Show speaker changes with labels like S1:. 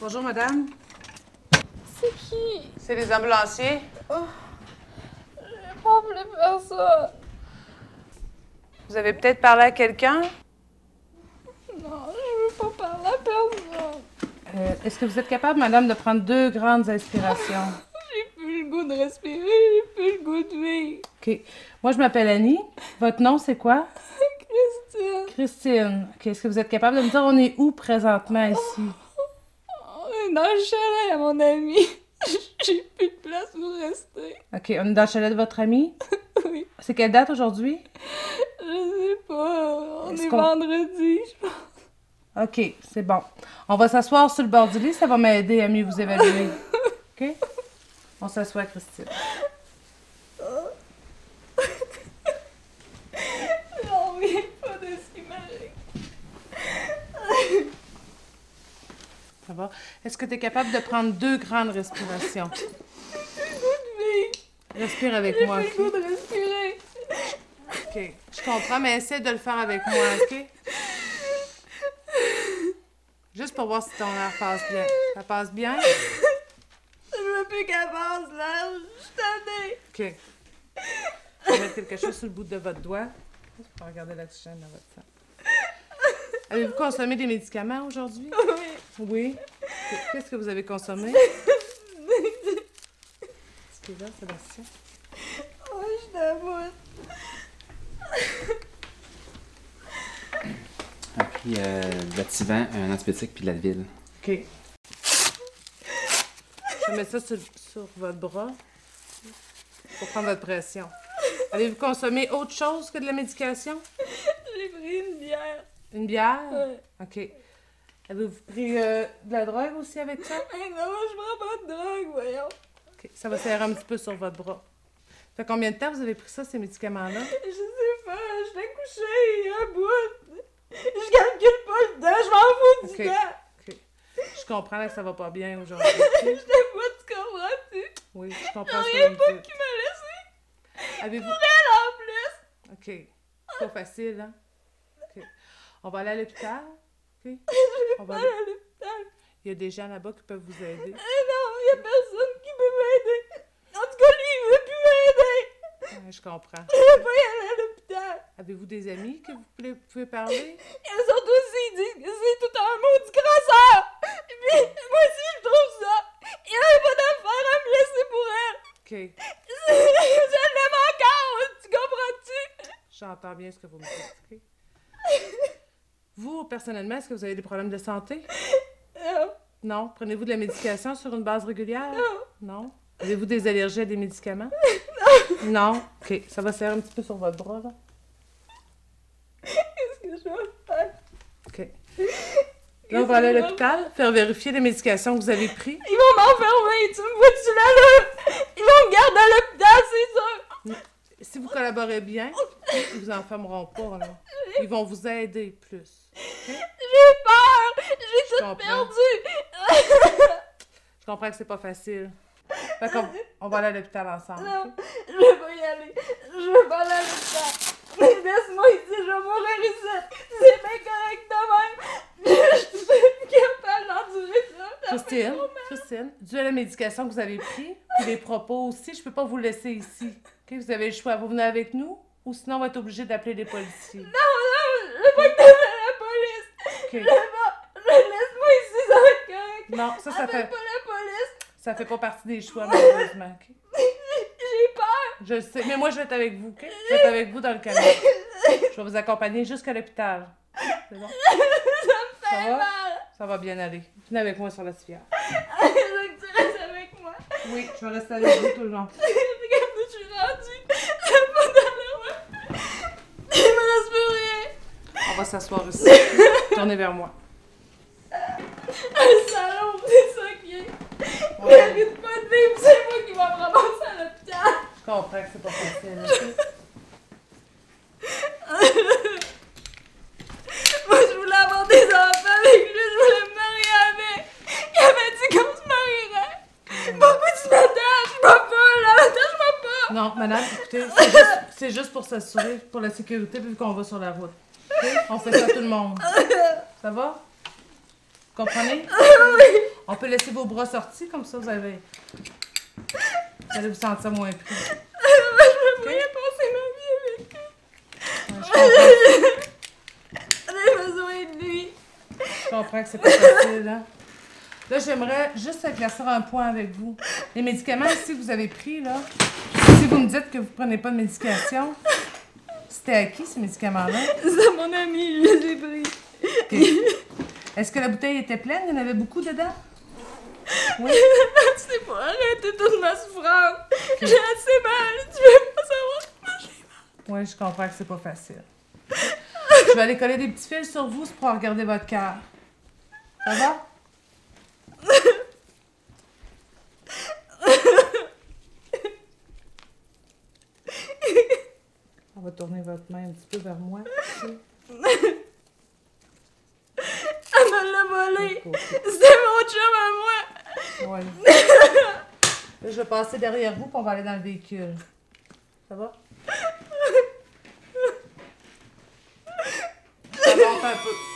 S1: Bonjour, madame.
S2: C'est qui
S1: C'est les ambulanciers.
S2: J'ai pas voulu faire ça.
S1: Vous avez peut-être parlé à quelqu'un?
S2: Non, je veux pas parler à personne.
S3: Euh, Est-ce que vous êtes capable, madame, de prendre deux grandes inspirations?
S2: J'ai plus le goût de respirer, j'ai plus le goût de vivre.
S3: OK. Moi, je m'appelle Annie. Votre nom, c'est quoi?
S2: Christian,
S3: Christine. OK. Est-ce que vous êtes capable de me dire on est où présentement ici?
S2: on est dans le chalet à mon ami. J'ai plus de place pour rester.
S3: OK. On est dans le chalet de votre ami?
S2: Oui.
S3: C'est quelle date aujourd'hui?
S2: Je sais pas. On
S3: Est-ce
S2: est,
S3: qu'on-
S2: vendredi, je pense.
S3: OK. C'est bon. On va s'asseoir sur le bord du lit. Ça va m'aider à mieux vous évaluer. OK? On s'assoit, Christine.
S2: J'en reviens pas de ce qui m'arrive.
S3: Ça va? Est-ce que tu es capable de prendre deux grandes respirations?
S2: J'ai plus le goût de vivre.
S3: Respire avec
S2: J'ai
S3: moi,
S2: plus le
S3: OK?
S2: goût de respirer.
S3: OK. Je comprends, mais essaie de le faire avec moi, OK? Juste pour voir si ton air passe bien. Ça passe bien?
S2: Je veux plus qu'elle passe là. Je suis tannée.
S3: OK. Je vais mettre quelque chose sur le bout de votre doigt. Je peux regarder l'oxygène dans votre sang. Avez-vous consommé des médicaments aujourd'hui?
S2: Oui.
S3: Oui. Qu'est-ce que vous avez consommé? Excusez-moi, Sébastien.
S2: Oh, je t'avoue.
S4: Ah, puis euh, de l'activant, un antibiótique, puis de l'Advil.
S3: OK. Je vais mettre ça sur, sur votre bras pour prendre votre pression. Avez-vous consommé autre chose que de la médication?
S2: J'ai pris une bière.
S3: Une bière?
S2: Ouais.
S3: OK. Avez-vous pris euh, de la drogue aussi avec ça?
S2: Hey, non, je prends pas de drogue, voyons.
S3: OK. Ça va serrer un petit peu sur votre bras. Ça fait combien de temps vous avez pris ça, ces médicaments-là?
S2: Je sais pas, je l'ai couché il y a un bout. Je calcule pas le temps, je m'en fous du
S3: Ok.
S2: temps.
S3: OK. Je comprends là, que ça va pas bien aujourd'hui.
S2: Je t'avoue, tu comprends-tu?
S3: Oui, je
S2: Y'a
S3: comprends ce que
S2: rien
S3: vous
S2: pas
S3: me dites.
S2: qui m'a laissé.
S3: Avez-vous...
S2: Elle en plus.
S3: OK. Pas facile, hein? OK. On va aller à l'hôpital? OK? On
S2: Je vais
S3: va
S2: pas
S3: aller-
S2: aller à l'hôpital.
S3: Il y a des gens là-bas qui peuvent vous aider.
S2: Eh non, y'a personne qui peut m'aider. En tout cas, lui, il veut plus m'aider.
S3: Ouais, je comprends.
S2: Je vais pas y aller à l'hôpital.
S3: Avez-vous des amis que vous pouvez, pouvez parler?
S2: Elles sont aussi, ils disent que c'est tout un maudit crasseur. Et puis, moi aussi, je trouve ça. Il avait pas d'affaire à me laisser pour elle.
S3: OK.
S2: Je l'aime encore, tu comprends-tu?
S3: J'entends bien ce que vous me dites. OK? Vous, personnellement, est-ce que vous avez des problèmes de santé?
S2: Non,
S3: Non. Prenez-vous de la médication sur une base régulière?
S2: non.
S3: Non. Avez-vous des allergies à des médicaments? Non. Non? OK. Ça va serrer un petit peu sur votre bras, là.
S2: Qu'est-ce que je vais faire?
S3: OK. Là, on va aller à l'hôpital, faire vérifier les médications que vous avez prises.
S2: Ils vont m'enfermer, tu me vois-tu là, là? Ils vont me garder à l'hôpital, c'est sûr.
S3: Si vous collaborez bien, ils vous enfermeront pas, là. Ils vont vous aider plus.
S2: J'ai peur. J'ai
S3: Je
S2: tout
S3: comprends.
S2: perdu.
S3: Je comprends que c'est pas facile. Fait qu'on on va aller à l'hôpital ensemble.
S2: Non,
S3: ok?
S2: je veux pas y aller. Je veux pas aller à l'hôpital. Laisse-moi ici, je vais mourir ici. C'est bien correct de même. Je suis plus capable d'endurer ça. Ça me fait
S3: Christine,
S2: trop
S3: Christine, dû à la médication que vous avez prise, puis les propos aussi, je peux pas vous laisser ici. Ok, Vous avez le choix, vous venez avec nous, ou sinon on va être obligé d'appeler les policiers.
S2: Non, non, je veux pas que t'appelles la police.
S3: Ok.
S2: Je veux pas. Je- Laisse-moi ici, ça va être correct.
S3: Non, ça, ça
S2: Appelle
S3: fait,
S2: pas la police.
S3: ça fait pas partie des choix, malheureusement. ok?
S2: J'ai peur.
S3: Je le sais, mais moi je vais être avec vous, ok? Je vais être avec vous dans le camion. Je vais vous accompagner jusqu'à l'hôpital. C'est bon? Ça
S2: J'ai
S3: va?
S2: mal.
S3: Ça va bien aller. Venez avec moi sur la civière.
S2: Je veux que tu restes avec moi.
S3: Oui, je vais rester avec vous tout le long.
S2: Regarde où je suis rendue. Ça n'a pas d'allure. Il me reste plus rien.
S3: On va s'asseoir ici. Tournez vers moi.
S2: Un salaud, c'est ça qui est. Il
S3: Ouais.
S2: mérite pas de vivre, c'est moi qui vais me ramasser à l'hôpital.
S3: Je comprends que c'est pas facile. ok?
S2: Moi, je voulais avoir des enfants avec lui, je voulais me marier avec. Il avait dit qu'on se marierait. Pourquoi tu m'attends? Je m'en pas, là. Attache-moi pas.
S3: Non, madame, écoutez, c'est juste, c'est juste pour s'assurer, pour la sécurité, vu qu'on va sur la route. Ok? On fait ça tout le monde. Ça va? Vous comprenez? On peut laisser vos bras sortis, comme ça, vous avez. Vous allez vous sentir moins pris.
S2: Je voulais passer ma vie avec lui.
S3: Ouais, je, comprends,
S2: J'ai besoin de lui.
S3: je comprends que c'est pas facile, hein. Là, j'aimerais juste éclaircir un point avec vous. Les médicaments, si vous avez pris, là, si vous me dites que vous prenez pas de médication, c'était à qui ces médicaments-là?
S2: C'est mon ami, je les ai pris.
S3: OK. Est-ce que la bouteille était pleine? Il y en avait beaucoup dedans? Oui.
S2: C'est pour arrêter toute ma souffrance. J'ai assez mal, tu veux pas savoir comment j'ai
S3: Oui, je comprends que c'est pas facile. Je vais aller coller des petits fils sur vous c'est pour regarder votre cœur. Ça va? On va tourner votre main un petit peu vers moi.
S2: Elle me l'a volé.
S3: Oui.
S2: C'est mon chum à moi.
S3: Là, je vais passer derrière vous, puis on va aller dans le véhicule. Ça va? Ça monte un peu.